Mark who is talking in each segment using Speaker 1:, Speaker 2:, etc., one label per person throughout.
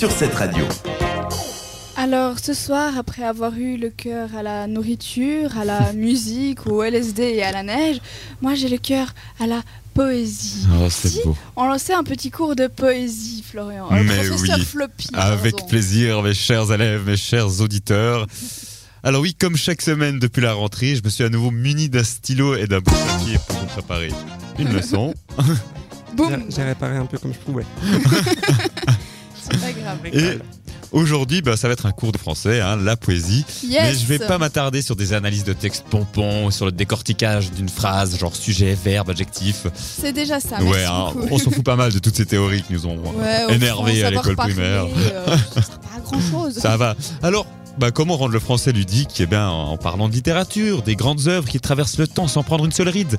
Speaker 1: sur cette radio.
Speaker 2: Alors ce soir, après avoir eu le cœur à la nourriture, à la musique, au LSD et à la neige, moi j'ai le cœur à la poésie.
Speaker 3: Oh, c'est
Speaker 2: Si,
Speaker 3: beau.
Speaker 2: On lançait un petit cours de poésie, Florian. Le
Speaker 3: Mais
Speaker 2: professeur
Speaker 3: oui.
Speaker 2: Floppy.
Speaker 3: Avec
Speaker 2: pardon.
Speaker 3: plaisir, mes chers élèves, mes chers auditeurs. Alors oui, comme chaque semaine depuis la rentrée, je me suis à nouveau muni d'un stylo et d'un bout de papier pour vous préparer une leçon.
Speaker 2: Boum,
Speaker 4: J'ai réparé un peu comme je pouvais.
Speaker 2: c'est pas grave.
Speaker 3: Et aujourd'hui, bah, ça va être un cours de français, hein, la poésie.
Speaker 2: Yes.
Speaker 3: Mais je vais pas m'attarder sur des analyses de textes pompons, sur le décortiquage d'une phrase, genre sujet, verbe, adjectif.
Speaker 2: C'est déjà ça. Ah,
Speaker 3: ouais,
Speaker 2: merci
Speaker 3: hein,
Speaker 2: beaucoup.
Speaker 3: on s'en fout pas mal de toutes ces théories qui nous ont
Speaker 2: Ouais, au
Speaker 3: énervé
Speaker 2: fond,
Speaker 3: à
Speaker 2: savoir
Speaker 3: l'école
Speaker 2: parler,
Speaker 3: primaire.
Speaker 2: euh, ça sert pas à grand chose.
Speaker 3: Ça va. Alors, bah, comment rendre le français ludique Eh bien, en parlant de littérature, des grandes œuvres qui traversent le temps sans prendre une seule ride.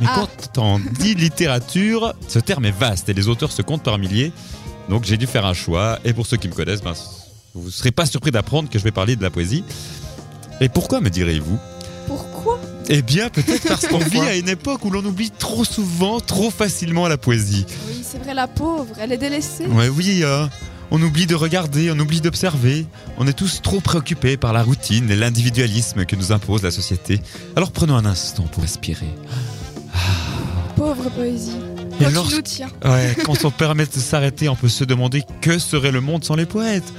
Speaker 3: Mais
Speaker 2: Ah.
Speaker 3: quand on dit littérature, ce terme est vaste et les auteurs se comptent par milliers. Donc, j'ai dû faire un choix. Et pour ceux qui me connaissent, ben, vous ne serez pas surpris d'apprendre que je vais parler de la poésie. Et pourquoi me direz-vous
Speaker 2: Pourquoi
Speaker 3: Eh bien, peut-être parce qu'on vit
Speaker 4: Pourquoi
Speaker 3: à une époque où l'on oublie trop souvent, trop facilement la poésie.
Speaker 2: Oui, c'est vrai, la pauvre, elle est délaissée.
Speaker 3: Ouais, oui, euh, on oublie de regarder, on oublie d'observer. On est tous trop préoccupés par la routine et l'individualisme que nous impose la société. Alors prenons un instant pour respirer.
Speaker 2: Pauvre poésie.
Speaker 3: Et
Speaker 2: Toi, tu
Speaker 3: lorsque-
Speaker 2: nous tiens.
Speaker 3: Ouais, quand on permet de s'arrêter, on peut se demander que serait le monde sans les poètes.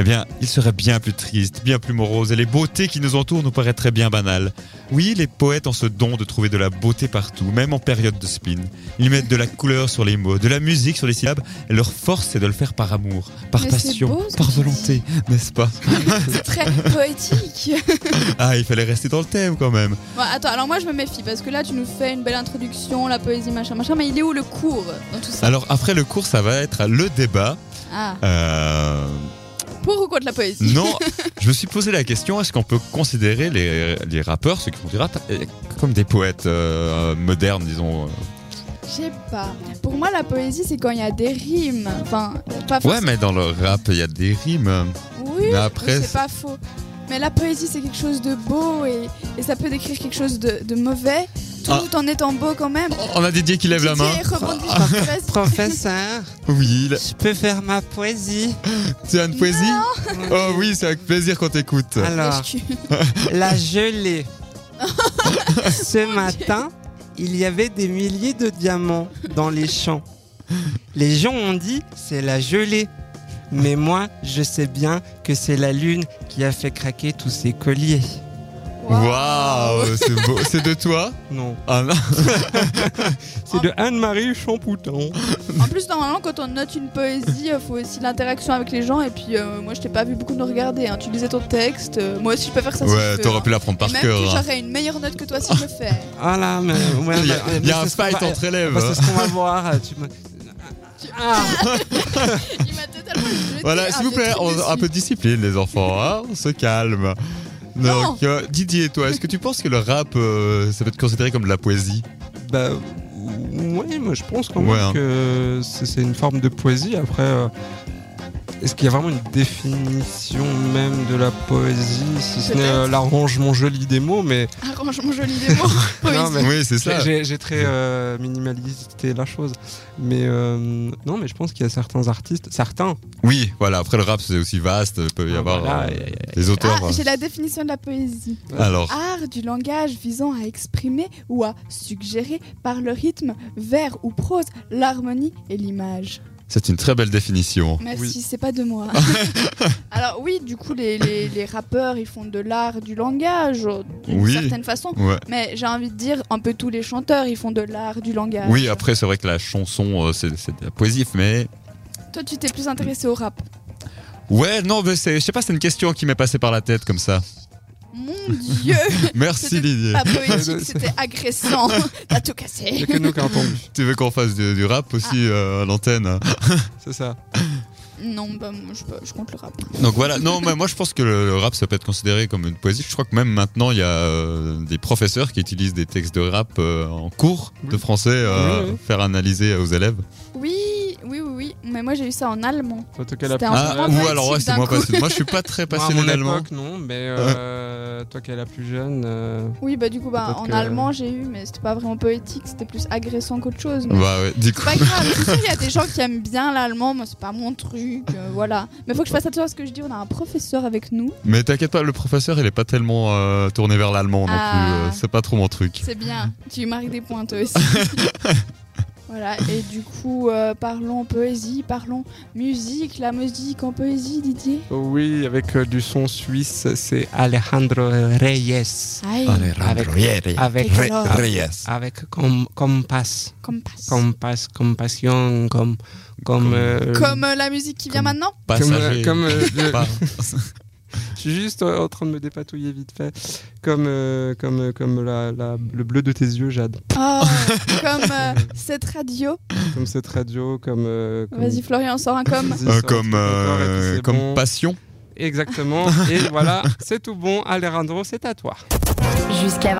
Speaker 3: Eh bien, il serait bien plus triste, bien plus morose, et les beautés qui nous entourent nous paraîtraient bien banales. Oui, les poètes ont ce don de trouver de la beauté partout, même en période de spleen. Ils mettent de la couleur sur les mots, de la musique sur les syllabes, et leur force c'est de le faire par amour, par
Speaker 2: Mais c'est
Speaker 3: passion,
Speaker 2: beau, ce
Speaker 3: par
Speaker 2: que tu
Speaker 3: volonté, n'est-ce pas
Speaker 2: C'est très poétique.
Speaker 3: Ah, il fallait rester dans le thème quand même.
Speaker 2: Bon, Bah, attends, alors moi je me méfie parce que là tu nous fais une belle introduction, la poésie, machin, machin, mais il est où le cours dans tout ça
Speaker 3: Alors après le cours, ça va être le débat.
Speaker 2: Ah,
Speaker 3: Euh,
Speaker 2: pour ou contre la poésie
Speaker 3: Non, je me suis posé la question est-ce qu'on peut considérer les, les rappeurs, ceux qui font du rap, euh, comme des poètes euh, modernes, disons euh.
Speaker 2: Je sais pas. Pour moi la poésie c'est quand il y a des rimes. Enfin, pas
Speaker 3: Ouais,
Speaker 2: forcément.
Speaker 3: mais dans le rap, il y a des rimes.
Speaker 2: Oui,
Speaker 3: mais après,
Speaker 2: c'est
Speaker 3: c'est-
Speaker 2: pas faux. Mais la poésie c'est quelque chose de beau et, et ça peut décrire quelque chose de, de mauvais tout
Speaker 3: Ah.
Speaker 2: en étant beau quand même.
Speaker 3: On a Didier qui lève la main.
Speaker 2: Didier, rebondis, vas-y.
Speaker 4: Professeur,
Speaker 3: Oui, la-
Speaker 4: je peux faire ma poésie
Speaker 3: tu as une poésie Oh oui, c'est avec plaisir qu'on t'écoute.
Speaker 4: Alors,
Speaker 2: Lèche-cul.
Speaker 4: la gelée. Ce matin, il y avait des milliers de diamants dans les champs. Les gens ont dit c'est la gelée. Mais moi, je sais bien que c'est la lune qui a fait craquer tous ces colliers.
Speaker 3: Waouh, c'est beau. C'est de toi
Speaker 4: Non.
Speaker 3: Ah non.
Speaker 4: C'est de Anne-Marie Champouton.
Speaker 2: En plus, normalement, quand on note une poésie, il faut aussi l'interaction avec les gens. Et puis, euh, moi, je t'ai pas vu beaucoup nous regarder. hein. Tu lisais ton texte. euh, moi aussi, je peux faire ça. si je
Speaker 3: Ouais,
Speaker 2: veux,
Speaker 3: t'aurais
Speaker 2: hein.
Speaker 3: pu l'apprendre par
Speaker 2: Et même
Speaker 3: cœur.
Speaker 2: que
Speaker 3: hein.
Speaker 2: j'aurais une meilleure note que toi si je le fais.
Speaker 4: Ah là, mais. ouais,
Speaker 3: Il y
Speaker 4: mais- euh,
Speaker 3: a, il y a
Speaker 4: mais
Speaker 3: un
Speaker 4: c'est ce qu'on
Speaker 3: fight
Speaker 4: va-
Speaker 3: entre élèves.
Speaker 4: Bah, c'est ce qu'on va voir. Tu me- Ah
Speaker 2: Il m'a totalement jeté
Speaker 3: Voilà,
Speaker 2: un
Speaker 3: s'il vous plaît,
Speaker 2: vieux truc
Speaker 3: on- un
Speaker 2: dessus.
Speaker 3: peu de discipline, les enfants, hein, on se calme. Donc, euh, Didier, toi, est-ce que tu penses que le rap, euh, ça peut être considéré comme de la poésie
Speaker 4: Bah ouais, moi je pense quand
Speaker 3: Ouais,
Speaker 4: même
Speaker 3: hein.
Speaker 4: que c'est c'est une forme de poésie. Après, euh, est-ce qu'il y a vraiment une définition même de la poésie, si ce n'est
Speaker 2: Peut-être.
Speaker 4: euh, l'arrangement joli des mots, mais
Speaker 2: Arrange mon joli démon.
Speaker 4: Non, mais-
Speaker 3: Oui, c'est ça.
Speaker 4: j'ai- j'ai- j'ai très euh, minimalisé la chose. Mais euh, non, mais je pense qu'il y a certains artistes, certains.
Speaker 3: Oui, voilà, après le rap, c'est aussi vaste, il peut y
Speaker 4: Ah,
Speaker 3: avoir
Speaker 4: voilà,
Speaker 3: euh,
Speaker 4: aïe, aïe, aïe.
Speaker 3: des auteurs.
Speaker 2: Ah, j'ai Ah. la définition de la poésie.
Speaker 3: Alors,
Speaker 2: Art du langage visant à exprimer ou à suggérer par le rythme, vers ou prose, l'harmonie et l'image.
Speaker 3: c'est une très belle définition.
Speaker 2: Merci,
Speaker 4: Oui.
Speaker 2: c'est pas de moi. Alors oui, du coup, les, les- les rappeurs, ils font de l'art du langage, d'une
Speaker 3: Oui.
Speaker 2: certaine façon.
Speaker 3: Ouais.
Speaker 2: Mais j'ai envie de dire, un peu tous les chanteurs, ils font de l'art du langage.
Speaker 3: Oui, après, c'est vrai que la chanson, euh, c'est c'est de la poésie, mais
Speaker 2: Toi, tu t'es plus intéressé au rap.
Speaker 3: ouais, non, mais c'est- je sais pas, c'est une question qui m'est passée par la tête comme ça.
Speaker 2: Mon Dieu,
Speaker 3: Merci,
Speaker 2: C'était
Speaker 3: Didier.
Speaker 2: pas poétique, c'était agressant. T'as tout
Speaker 4: Il n'y a
Speaker 2: cassé.
Speaker 4: que nous qui avons entendu,
Speaker 3: Tu veux qu'on fasse du, du rap
Speaker 2: Ah.
Speaker 3: aussi euh, à l'antenne
Speaker 4: c'est ça.
Speaker 2: Non, bah moi, je, peux- je compte le rap.
Speaker 3: Donc voilà, non, mais moi je pense que le le rap ça peut être considéré comme une poésie. Je crois que même maintenant il y a euh, des professeurs qui utilisent des textes de rap euh, en cours de
Speaker 4: Oui.
Speaker 3: français, euh,
Speaker 4: Oui, oui.
Speaker 3: faire analyser aux élèves.
Speaker 2: Oui, oui, oui, oui, oui. Mais moi, j'ai eu ça en allemand.
Speaker 1: En tout cas, la
Speaker 2: C'était
Speaker 1: plus-
Speaker 2: un-
Speaker 3: Ah,
Speaker 2: vraiment
Speaker 3: ou
Speaker 2: poétique
Speaker 3: alors, ouais, c'est
Speaker 2: d'un
Speaker 3: moi
Speaker 2: coup.
Speaker 3: passé. Moi, je suis pas très
Speaker 4: Moi, à
Speaker 3: passionné
Speaker 4: mon
Speaker 3: d'allemand.
Speaker 4: époque, non, mais euh, toi qui es la plus jeune, euh,
Speaker 2: Oui, bah du coup, bah,
Speaker 4: Peut-être
Speaker 2: en
Speaker 4: que-
Speaker 2: allemand, j'ai eu, mais c'était pas vraiment poétique, c'était plus agressant qu'autre chose. mais
Speaker 3: Bah ouais, du
Speaker 2: C'est
Speaker 3: coup.
Speaker 2: pas grave, c'est sûr, il y a des gens qui aiment bien l'allemand, moi c'est pas mon truc, euh, voilà. Mais faut que je fasse attention à ce que je dis, on a un professeur avec nous,
Speaker 3: Mais t'inquiète pas, le professeur, il est pas tellement euh, tourné vers l'allemand non
Speaker 2: Ah.
Speaker 3: plus. euh, c'est pas trop mon truc.
Speaker 2: c'est bien, tu marques des points toi aussi. voilà, et du coup, euh, parlons poésie, parlons musique, la musique en poésie, Didier
Speaker 4: oui, avec euh, du son suisse, c'est Alejandro Reyes.
Speaker 2: Aïe,
Speaker 4: Avec- Avec,
Speaker 2: Quel alors
Speaker 3: Reyes.
Speaker 4: avec com, Compass,
Speaker 2: compass.
Speaker 4: Compass, Compassion, comme. Comme. euh,
Speaker 2: Comme euh, la musique qui vient
Speaker 3: Comme-
Speaker 2: maintenant
Speaker 3: Passager.
Speaker 4: Comme, euh, comme, euh,
Speaker 3: Pas-
Speaker 4: Je suis juste euh, en train de me dépatouiller vite fait. Comme, euh, comme, euh, comme la- la- le bleu de tes yeux, Jade.
Speaker 2: Oh, comme euh, cette radio.
Speaker 4: Comme cette radio, comme. euh, comme-
Speaker 2: Vas-y Florian, sort un com.
Speaker 4: Vas-y,
Speaker 3: euh,
Speaker 4: sors,
Speaker 3: comme,
Speaker 4: d'accord, et puis
Speaker 3: euh,
Speaker 4: c'est
Speaker 3: comme
Speaker 4: bon.
Speaker 3: passion.
Speaker 4: Exactement. Et voilà, c'est tout bon. Alejandro, c'est à toi.
Speaker 5: Jusqu'à